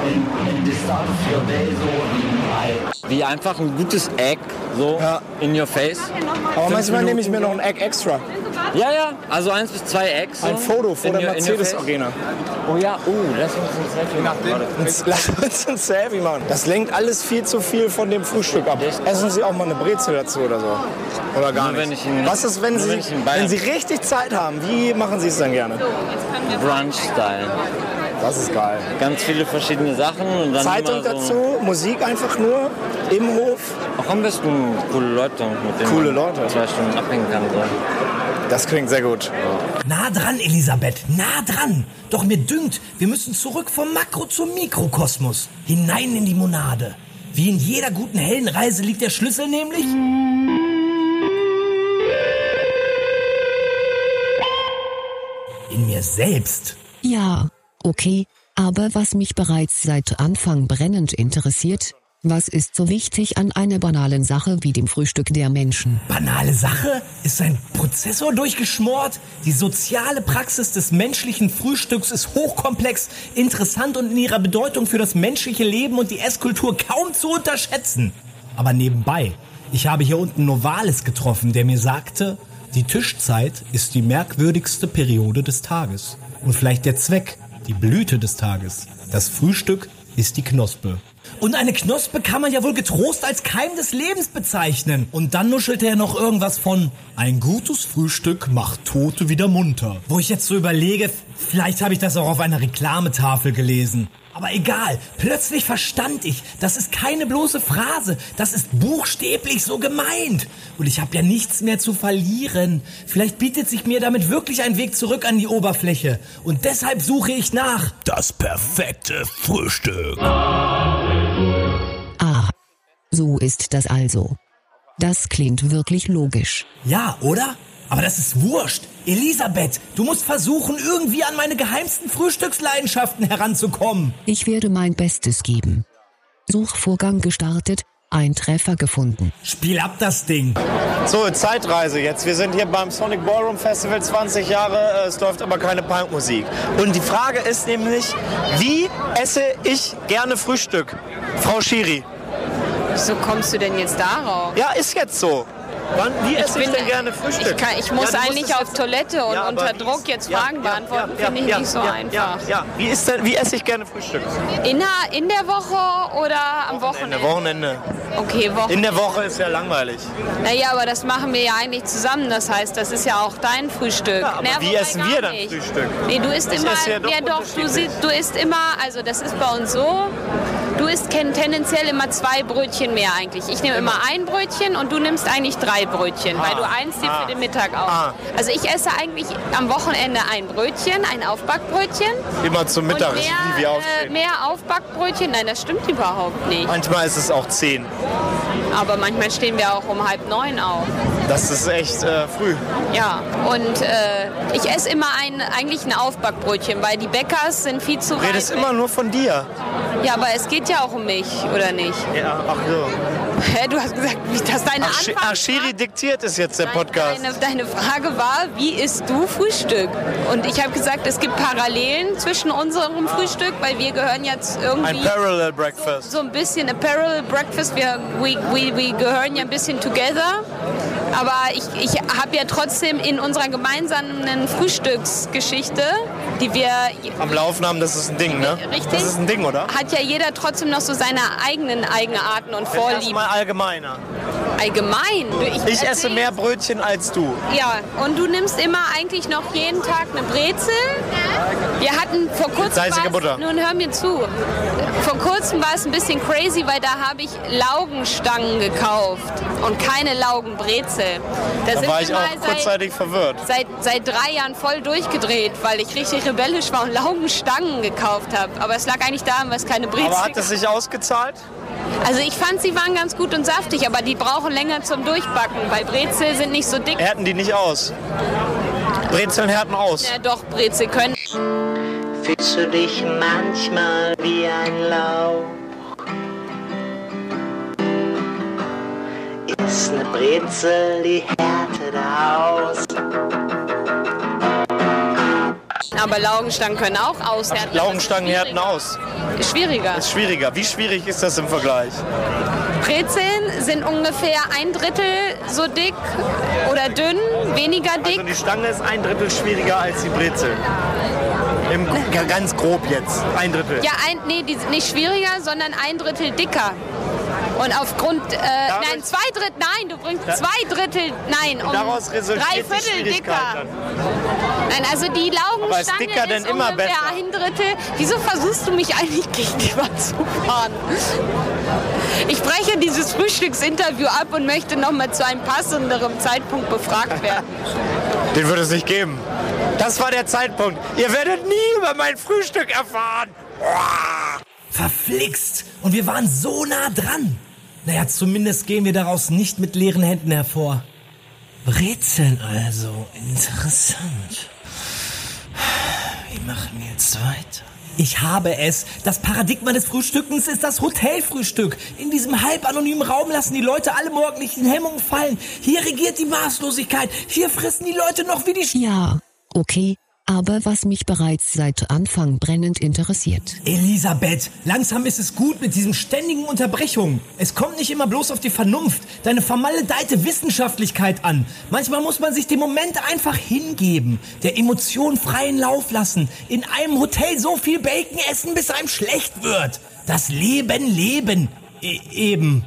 in, in the start of your day so wie ein Ei. Wie einfach ein gutes Egg so in your face.
Aber
Fünf
manchmal nehme ich mir
Minuten.
noch ein Egg extra.
Ja, ja, also eins bis zwei Eggs. so
Ein Foto vor
in
der
your- in your face.
Mercedes-Arena.
Oh ja, oh, lass uns ein Selfie machen.
Jetzt Lass uns ein Selfie machen. Das lenkt alles viel zu viel von dem Frühstück ab. Essen Sie auch mal eine Brezel dazu oder so? Oder gar
Nur wenn
nicht?
ich in-
Was ist, wenn
nur
Sie,
wenn
wenn,
ich in Bayern-
Sie richtig Zeit haben? Wie machen Sie es dann gerne?
Brunch-Style.
Das ist geil.
Ganz viele verschiedene Sachen. Und dann
Zeitung
immer so
dazu, Musik einfach nur, im Hof.
Auch am besten coole Leute, mit denen
Coole
man zwei Stunden abhängen kann. So.
Das klingt sehr gut.
Nah dran, Elisabeth, nah dran. Doch mir dünkt, wir müssen zurück vom Makro zum Mikrokosmos, hinein in die Monade. Wie in jeder guten Heldenreise liegt der Schlüssel nämlich in mir selbst.
Ja, okay, aber was mich bereits seit Anfang brennend interessiert, was ist so wichtig an einer banalen Sache wie dem Frühstück der Menschen?
Banale Sache? Ist ein Prozessor durchgeschmort? Die soziale Praxis des menschlichen Frühstücks ist hochkomplex, interessant und in ihrer Bedeutung für das menschliche Leben und die Esskultur kaum zu unterschätzen. Aber nebenbei, ich habe hier unten Novalis getroffen, der mir sagte, die Tischzeit ist die merkwürdigste Periode des Tages. Und vielleicht der Zweck, die Blüte des Tages. Das Frühstück ist die Knospe. Und eine Knospe kann man ja wohl getrost als Keim des Lebens bezeichnen. Und dann nuschelte er noch irgendwas von ein gutes Frühstück macht Tote wieder munter. Wo ich jetzt so überlege, vielleicht habe ich das auch auf einer Reklametafel gelesen. Aber egal, plötzlich verstand ich, das ist keine bloße Phrase, das ist buchstäblich so gemeint. Und ich habe ja nichts mehr zu verlieren. Vielleicht bietet sich mir damit wirklich ein Weg zurück an die Oberfläche. Und deshalb suche ich nach das perfekte Frühstück.
Ah, so ist das also. Das klingt wirklich logisch.
Ja, oder? Aber das ist wurscht. Elisabeth, du musst versuchen, irgendwie an meine geheimsten Frühstücksleidenschaften heranzukommen.
Ich werde mein Bestes geben. Suchvorgang gestartet, ein Treffer gefunden.
Spiel ab das Ding.
So, Zeitreise jetzt. Wir sind hier beim Sonic Ballroom Festival 20 Jahre. äh, Es läuft aber keine Punkmusik. Und die Frage ist nämlich, wie esse ich gerne Frühstück? Frau Schiri.
Wieso kommst du denn jetzt darauf?
Ja, ist jetzt so. Wann, wie esse ich, denn gerne Frühstück?
Ich, kann,
Ja,
ich muss
du musst es
eigentlich auf Toilette und
Ja, aber
unter
wie
Druck
ist-
jetzt
ja,
Fragen
ja,
beantworten,
ja,
finde ich
ja,
nicht so
ja,
einfach.
Ja, ja. Wie, ist denn, wie esse ich gerne Frühstück?
In, der- in der Woche oder am Wochenende?
Ende, Wochenende.
Okay, Woche.
In der Woche ist ja langweilig.
Naja, aber das machen wir ja eigentlich zusammen. Das heißt, das ist ja auch dein Frühstück. Ja,
Aber wie essen wir dann Frühstück?
Nee, du isst
Ich
immer,
esse ja
ja
doch
doch, du, si- du isst immer, also das ist bei uns so, du isst ken- tendenziell immer zwei Brötchen mehr eigentlich. Ich nehme immer ein Brötchen und du nimmst eigentlich drei Brötchen, weil
Ah,
du eins dir
ah,
für den Mittag auf.
ah.
Also ich esse eigentlich am Wochenende ein Brötchen, ein Aufbackbrötchen.
Immer zum Mittag,
und mehr,
wie wir aufstehen.
äh, mehr Aufbackbrötchen, nein, das stimmt überhaupt nicht.
Manchmal ist es auch 10.
Aber manchmal stehen wir auch um halb neun auf.
Das ist echt äh, früh.
Ja, und äh, ich esse immer ein, eigentlich ein Aufbackbrötchen, weil die Bäckers sind viel zu
Du
weit.
redest
weg.
immer nur von dir.
Ja, aber es geht ja auch um mich, oder nicht? *laughs*
Ja, ach so.
Hä, du hast gesagt, wie das deine
Ach, Sch-
Antwort
Ach, Schiri diktiert ist jetzt der Podcast.
Deine, deine Frage war, wie isst du Frühstück? Und ich habe gesagt, es gibt Parallelen zwischen unserem Frühstück, weil wir gehören jetzt
Ein
irgendwie
Parallel Breakfast.
so ein bisschen a parallel breakfast. Wir we, we, we gehören ja ein bisschen together. Aber ich, ich habe ja trotzdem in unserer gemeinsamen Frühstücksgeschichte, die wir
Am Laufen haben, das ist ein Ding, ne?
Richtig.
Das ist ein Ding, oder?
hat ja jeder trotzdem noch so seine eigenen Eigenarten und
Das
Vorlieben.
mal allgemeiner.
Allgemein. Du,
Ich esse
erzähl-
mehr Brötchen als du.
Ja, und du nimmst immer eigentlich noch jeden Tag eine Brezel. Wir hatten vor kurzem.
salzige
war es-
Butter.
Nun hör mir zu. Vor kurzem war es ein bisschen crazy, weil da habe ich Laugenstangen gekauft und keine Laugenbrezel. Da,
Da
sind
war
wir
ich
mal
auch kurzzeitig verwirrt.
Seit, seit drei Jahren voll durchgedreht, weil ich richtig rebellisch war und Laugenstangen gekauft habe. Aber es lag eigentlich daran, weil es keine Brezel
Aber hat es sich ausgezahlt?
Also ich fand, sie waren ganz gut und saftig, aber die brauchen länger zum Durchbacken, weil Brezel sind nicht so dick.
Härten die nicht aus. Brezeln härten aus.
Ja, doch, Brezel können.
Fühlst du dich manchmal wie ein Lauch? Ist eine Brezel die Härte aus?
Aber Laugenstangen können auch aushärten.
Laugenstangen härten aus.
Ist schwieriger.
Ist schwieriger. Wie schwierig ist das im Vergleich?
Brezeln sind ungefähr ein Drittel so dick oder dünn, weniger dick.
Also die Stange ist ein Drittel schwieriger als die Brezel. Im, ja, ganz grob jetzt. Ein Drittel.
Ja, ein, nee, die sind nicht schwieriger, sondern ein Drittel dicker. Und aufgrund, äh, nein, zwei Drittel, nein, du bringst
Da-
zwei Drittel, nein, um
Und daraus resultiert
drei
die
Viertel
Schwierigkeit
dicker.
dann.
Nein, also die Laugenstange um
Aber ist dicker denn immer
ungefähr
besser?
ein Drittel. Wieso versuchst du mich eigentlich gegen die Wand zu fahren? Ich breche dieses Frühstücksinterview ab und möchte nochmal zu einem passenderen Zeitpunkt befragt werden.
Den würde es nicht geben. Das war der Zeitpunkt. Ihr werdet nie über mein Frühstück erfahren.
Verflixt! Und wir waren so nah dran! Naja, zumindest gehen wir daraus nicht mit leeren Händen hervor. Brezeln also. Interessant. Wie machen wir jetzt weiter? Ich habe es. Das Paradigma des Frühstückens ist das Hotelfrühstück. In diesem halb anonymen Raum lassen die Leute alle morgendlichen Hemmungen fallen. Hier regiert die Maßlosigkeit. Hier fressen die Leute noch wie die Sch
Ja, okay, aber was mich bereits seit Anfang brennend interessiert.
Elisabeth, langsam ist es gut mit diesen ständigen Unterbrechungen. Es kommt nicht immer bloß auf die Vernunft, deine vermaledeite Wissenschaftlichkeit an. Manchmal muss man sich dem Moment einfach hingeben, der Emotion freien Lauf lassen, in einem Hotel so viel Bacon essen, bis einem schlecht wird. Das Leben leben. E eben.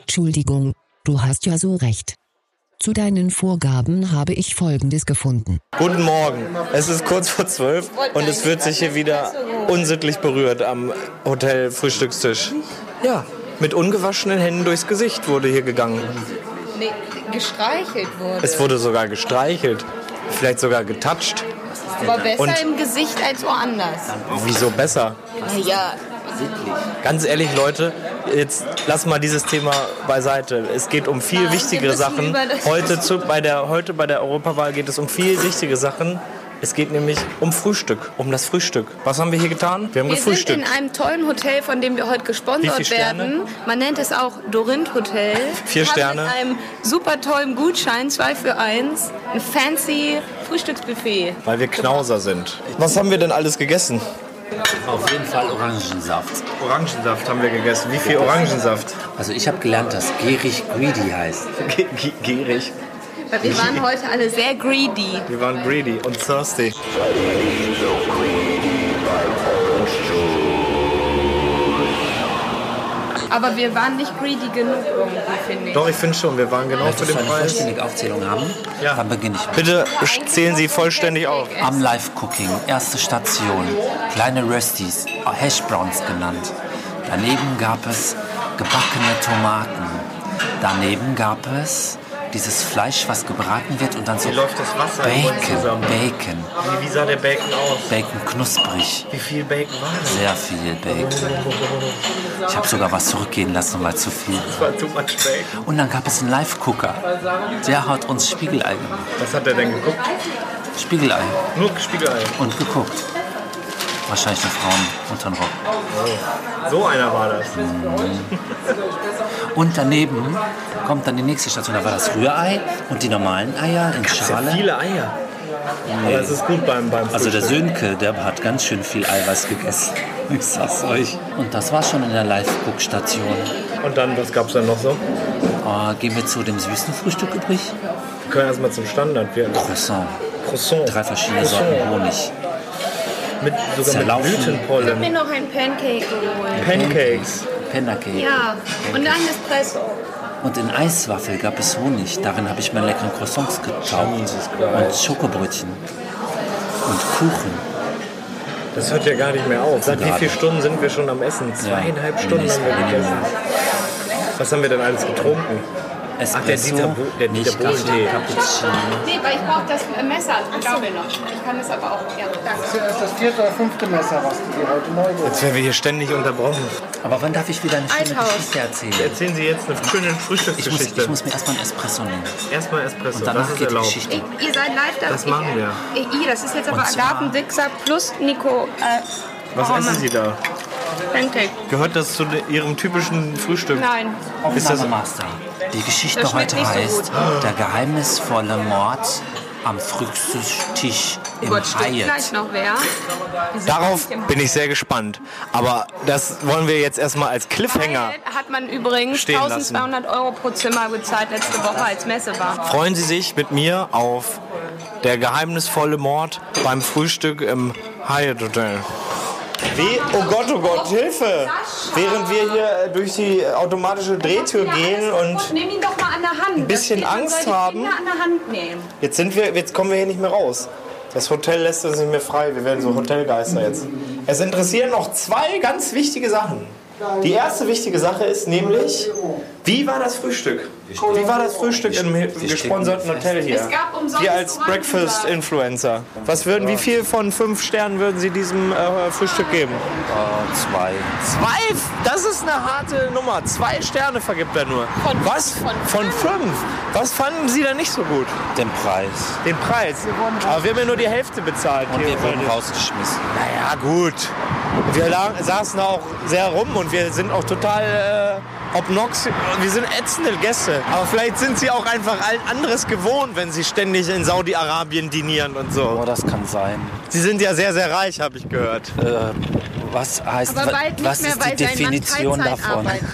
Entschuldigung, du hast ja so recht. Zu deinen Vorgaben habe ich Folgendes gefunden.
Guten Morgen. Es ist kurz vor zwölf und es wird sich hier wieder unsittlich berührt am Hotel-Frühstückstisch. Ja, mit ungewaschenen Händen durchs Gesicht wurde hier gegangen.
Nee, gestreichelt wurde.
Es wurde sogar gestreichelt, vielleicht sogar getatscht.
aber besser
Und
im Gesicht als woanders.
wieso besser?
Ja,
Ganz ehrlich, Leute, jetzt lass mal dieses Thema beiseite. Es geht um viel
Nein, Ah, wir
wichtigere
müssen
Sachen.
über das- *laughs*
Heute, zu, bei der, heute bei der Europawahl geht es um viel wichtige Sachen. Es geht nämlich um Frühstück, um das Frühstück. Was haben wir hier getan? Wir haben
Wir sind in
gefrühstückt.
einem tollen Hotel, von dem wir heute
Wie
gesponsert
viele Sterne?
werden. Man nennt es auch Dorinth Hotel.
Vier
Wir haben
Sterne.
Mit einem super tollen Gutschein, zwei für eins, ein fancy Frühstücksbuffet.
Weil wir Knauser sind. Was haben wir denn alles gegessen?
Auf jeden Fall Orangensaft.
Orangensaft haben wir gegessen. Wie viel Orangensaft?
Also ich habe gelernt, dass gierig greedy heißt.
Gierig.
Weil wir waren heute alle sehr greedy.
Wir waren greedy und thirsty.
Aber wir waren nicht greedy genug irgendwie, finde ich.
Doch, ich finde schon, wir waren genau zu
Möchtest
dem
du eine
Preis.
vollständige Aufzählung haben? Ja. Dann beginne ich.
Bitte zählen Sie vollständig auf.
Am Live Cooking, erste Station, kleine Röstis, Hash Browns genannt. Daneben gab es gebackene Tomaten. Daneben gab es dieses Fleisch, was gebraten wird und dann so
Wie läuft das Wasser im Mund
Bacon,
zusammen?
Bacon,
Wie, wie sah der Bacon aus?
Bacon knusprig.
Wie viel Bacon war das?
Sehr viel Bacon. Ich habe sogar was zurückgehen lassen, weil zu viel.
Das war too much Bacon.
Und dann gab es einen Live-Cooker. Der hat uns Spiegelei gemacht.
Was hat er denn geguckt?
Spiegelei.
Nur Spiegelei.
Und geguckt. Wahrscheinlich eine Frauen unter den Rock.
So einer war das.
Und daneben kommt dann die nächste Station. Da war das Rührei und die normalen Eier in
Gab's ja
Schale.
viele Eier. Aber das ist gut beim, beim
Also der
Frühstück.
Sönke, der hat ganz schön viel Eiweiß gegessen. *laughs* Ich sag's euch. Und das war schon in der Live-Cook-Station.
Und dann, was gab's dann noch so?
Oh, gehen wir zu dem süßen Frühstück übrig?
Wir können erstmal zum Standard. Wir
Croissant.
Croissant.
Drei verschiedene Sorten Honig.
Mit, sogar mit
Zerlaufen.
Ich habe mir
Blütenpollen.
noch ein Pancake geholt.
Pancakes.
Pancake.
Ja, und ein Espresso.
Und in Eiswaffel gab es Honig. Darin habe ich meine leckeren Croissants getaucht. Und Schokobrötchen. Und Kuchen.
Das hört ja gar nicht mehr auf. Seit wie
Gerade.
vielen Stunden sind wir schon am Essen? Zweieinhalb Stunden haben wir gegessen. Was haben wir denn alles getrunken? Ach, der
Espresso,
Dieter, Bo- der Dieter Bohlen-Tee.
Nee, weil ich brauche das Messer als Begabelung. Ich kann das aber auch. Ja, danke.
Das ist das vierte oder fünfte Messer, was du dir heute neu
Jetzt werden wir hier ständig unterbrochen.
Oh. Aber wann darf ich wieder eine schöne
Althaus.
Geschichte erzählen?
Erzählen Sie jetzt eine schöne
Ich muss,
Frühstücksgeschichte.
ich muss mir erstmal ein Espresso nehmen.
Erstmal Espresso,
Und danach
das ist
geht die
erlaubt.
Geschichte.
Ihr seid live da.
Das machen wir.
Ich, ich, das ist jetzt aber
Und zwar-
Agapendicksack plus Nico. Äh,
Was
Hormann.
essen Sie da?
Pancake.
Gehört das zu de- Ihrem typischen Frühstück?
Nein. Oh
Ist das
Master? Die Geschichte
Das schmeckt
heute
nicht so
heißt
gut.
Der geheimnisvolle Mord am Frühstückstisch im
Gott, steht
Hyatt.
gleich noch wer. Wir sind
Darauf
nicht im
bin ich sehr gespannt. Aber das wollen wir jetzt erstmal als Cliffhanger.
Hyatt hat man übrigens
Stehen lassen.
1200 Euro pro Zimmer bezahlt letzte Woche als Messe war.
Freuen Sie sich mit mir auf der geheimnisvolle Mord beim Frühstück im Hyatt Hotel.
Weh, oh Gott, oh Gott, Hilfe! Während wir hier äh, durch die äh, automatische Drehtür gehen und
Nimm ihn doch mal an der Hand.
Ein bisschen
Da steht, man
Angst
soll die
haben.
Finger an der Hand nehmen.
jetzt sind wir, jetzt kommen wir hier nicht mehr raus. Das Hotel lässt uns nicht mehr frei. Wir werden so Hotelgeister jetzt. Es interessieren noch zwei ganz wichtige Sachen. Die erste wichtige Sache ist nämlich, wie war das Frühstück? Wie war das Frühstück im gesponserten Hotel hier?
Es gab umsonst
Wir als
Orangensaft.
Breakfast-Influencer. Was würden, wie viel von fünf Sternen würden Sie diesem äh, Frühstück geben?
zwei.
Zwei? F- Das ist eine harte Nummer. Zwei Sterne vergibt er nur. Was? Von fünf? Was fanden Sie da nicht so gut?
Den Preis.
Den Preis. Aber wir haben ja nur die Hälfte bezahlt. Und wir wurden
rausgeschmissen.
Naja, gut. Wir la- saßen da auch sehr rum und wir sind auch total äh, obnox. Wir sind ätzende Gäste. Aber vielleicht sind sie auch einfach all- anderes gewohnt, wenn sie ständig in Saudi-Arabien dinieren und so.
Oh, das kann sein. Äh,
Sie sind ja sehr, sehr reich, habe ich gehört.
was heißt,
Aber
wa-
bald nicht
was
mehr,
ist die
weil sein Mann
Definition
Teilzeit
davon?
arbeitet.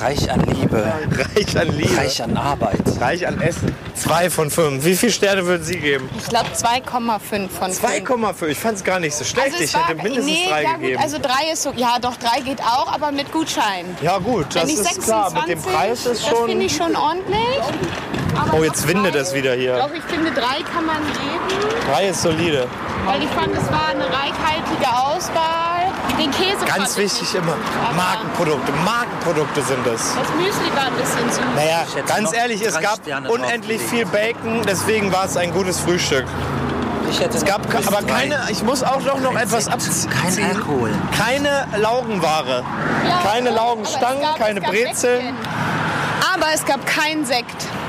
Reich an Liebe.
Reich an Liebe.
Reich an Arbeit.
Reich an Essen. Zwei von fünf. Wie viele Sterne würden Sie geben?
Ich glaube 2,5 von 5.
2,5. Ich fand es gar nicht so schlecht.
Also es
ich hätte
war-
mindestens
nee,
drei
ja
gegeben.
Gut, also drei ist so, ja doch, drei geht auch, aber mit Gutschein.
ja gut,
Wenn
das
ich
ist klar. Mit dem
26,
Preis ist
Das
schon...
finde ich schon ordentlich. Aber
Oh, jetzt windet es wieder hier.
Doch, ich finde, drei kann man geben,
Drei ist solide.
weil ich fand, es war eine reichhaltige Auswahl. Den Käse
Ganz
fand ich-
wichtig immer, Markenprodukte. Markenprodukte sind es.
Das Müsli war ein bisschen süß.
Naja, ganz ehrlich, es gab unendlich viel Bacon, deswegen war es ein gutes Frühstück. es gab ke- aber keine, ich muss auch doch noch etwas abziehen. Kein
Alkohol.
Keine Laugenware. keine Laugenstangen, keine Brezeln,
Aber es gab keinen Sekt.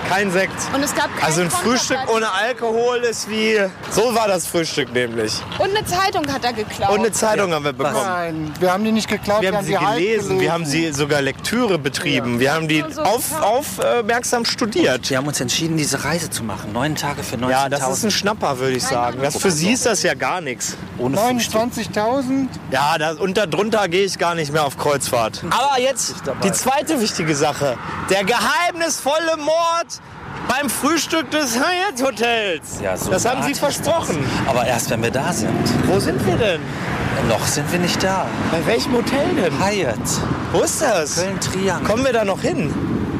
kein Sekt.
Und es gab kein
Also ein Frühstück
Konterplatz.
ohne Alkohol ist wie. So war das Frühstück nämlich.
Und eine Zeitung hat er geklaut.
Und eine Zeitung haben wir bekommen.
Nein, wir haben die nicht geklaut,
Wir haben sie
halb
gelesen, wir haben sie sogar Lektüre betrieben, wir haben die auf, aufmerksam studiert.
Wir haben uns entschieden, diese Reise zu machen. Neun Tage für 19.000.
Ja, das ist ein Schnapper, würde ich sagen. Das, für sie ist das ja gar nichts.
Ohne
29.000.
Ja, da, und darunter gehe ich gar nicht mehr auf Kreuzfahrt. Aber jetzt die zweite wichtige Sache. Der geheimnisvolle Mord beim Frühstück des Hyatt Hotels.
Ja, so
das haben sie
eine Art ist das.
versprochen.
Aber erst, wenn wir da sind.
Wo sind wir denn?
Noch sind wir nicht da.
Bei welchem Hotel denn?
Hyatt.
Wo ist das?
Köln-Triangel.
Kommen wir da noch hin?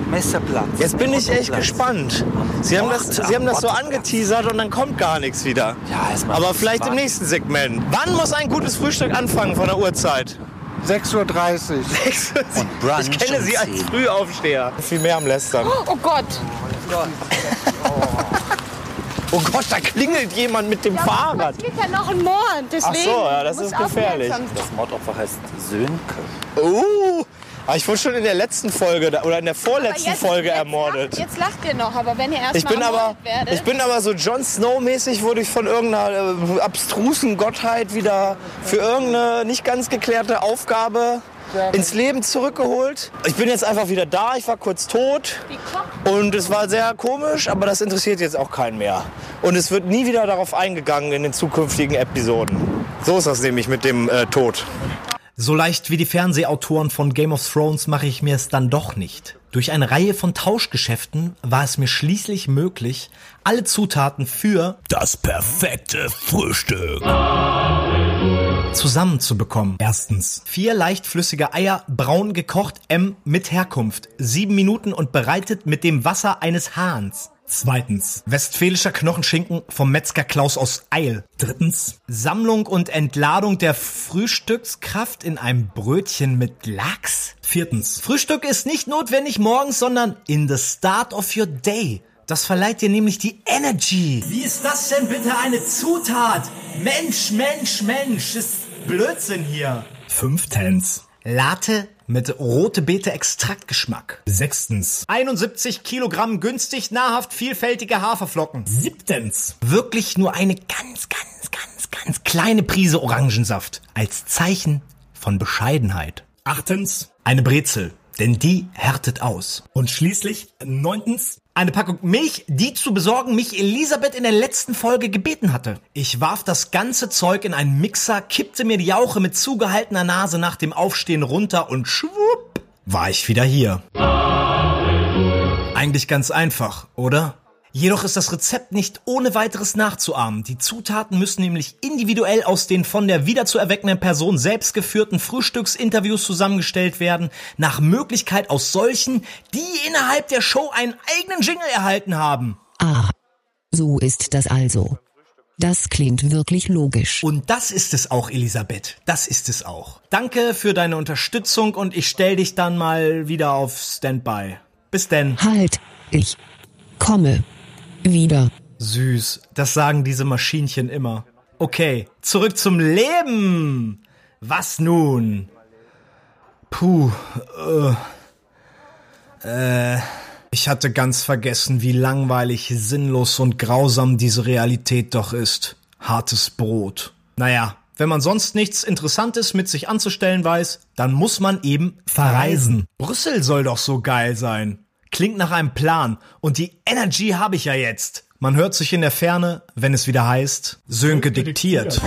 Messerplatz.
Jetzt bin ich echt
Otto-Platz.
gespannt. Sie haben das,
Ort am
sie haben das so
Otto-Platz.
angeteasert und dann kommt gar nichts wieder.
Ja, erst mal
Aber
ein
vielleicht im
bisschen
nächsten Segment. Wann muss ein gutes Frühstück anfangen von der Uhrzeit?
6.30 Uhr.
Und
Brunch
ich kenne
um
sie als
10.
Frühaufsteher. Viel mehr am Lästern.
Oh Gott.
Oh Gott, da klingelt jemand mit dem Fahrrad.
Es gibt ja noch einen Mord,
Ach
deswegen.
so, ja, das
muss
ist gefährlich.
aufmerksam sein.
Mordopfer heißt Sönke. Oh,
Ah,
aber ich wurde schon in der letzten Folge da- oder in der vorletzten
jetzt-
Folge
jetzt
ermordet.
Jetzt lacht ihr noch, aber wenn ihr erst
Ich
mal
bin, aber,
ermordet werdet,
ich bin aber so Jon Snow-mäßig, wurde ich von irgendeiner äh, abstrusen Gottheit wieder für irgendeine nicht ganz geklärte Aufgabe ins Leben zurückgeholt. Ich bin jetzt einfach wieder da, ich war kurz tot und es war sehr komisch, aber das interessiert jetzt auch keinen mehr. Und es wird nie wieder darauf eingegangen in den zukünftigen Episoden. So ist das nämlich mit dem äh, Tod.
So leicht wie die Fernsehautoren von Game of Thrones mache ich mir es dann doch nicht. Durch eine Reihe von Tauschgeschäften war es mir schließlich möglich, alle Zutaten für das perfekte Frühstück zusammenzubekommen. Erstens. Vier leichtflüssige Eier, braun gekocht, M mit Herkunft. Sieben Minuten und bereitet mit dem Wasser eines Hahns. Zweitens. Westfälischer Knochenschinken vom Metzger Klaus aus Eil. Drittens. Sammlung und Entladung der Frühstückskraft in einem Brötchen mit Lachs. Viertens. Frühstück ist nicht notwendig morgens, sondern in the start of your day. Das verleiht dir nämlich die Energy. Wie ist das denn bitte eine Zutat? Mensch, Mensch, Mensch, ist Blödsinn hier. Fünftens. Latte mit rote Beete Extraktgeschmack. Sechstens. 71 Kilogramm günstig, nahrhaft, vielfältige Haferflocken. Siebtens. Wirklich nur eine ganz, ganz, ganz, ganz kleine Prise Orangensaft. Als Zeichen von Bescheidenheit. Achtens. Eine Brezel. Denn die härtet aus. Und schließlich, neuntens, eine Packung Milch, die zu besorgen mich Elisabeth in der letzten Folge gebeten hatte. Ich warf das ganze Zeug in einen Mixer, kippte mir die Jauche mit zugehaltener Nase nach dem Aufstehen runter und schwupp war ich wieder hier. Eigentlich ganz einfach, oder? Jedoch ist das Rezept nicht ohne weiteres nachzuahmen. Die Zutaten müssen nämlich individuell aus den von der wieder zu erweckenden Person selbst geführten Frühstücksinterviews zusammengestellt werden, nach Möglichkeit aus solchen, die innerhalb der Show einen eigenen Jingle erhalten haben.
Ah, so ist das also. Das klingt wirklich logisch.
Und das ist es auch, Elisabeth. Das ist es auch. Danke für deine Unterstützung und ich stell dich dann mal wieder auf Standby. Bis denn.
Halt, ich komme wieder.
Süß, das sagen diese Maschinchen immer. Okay, zurück zum Leben. Was nun? Puh, äh, äh, ich hatte ganz vergessen, wie langweilig, sinnlos und grausam diese Realität doch ist. Hartes Brot. Naja, wenn man sonst nichts Interessantes mit sich anzustellen weiß, dann muss man eben verreisen. Brüssel soll doch so geil sein. Klingt nach einem Plan. Und die Energy habe ich ja jetzt. Man hört sich in der Ferne, wenn es wieder heißt, Sönke diktiert.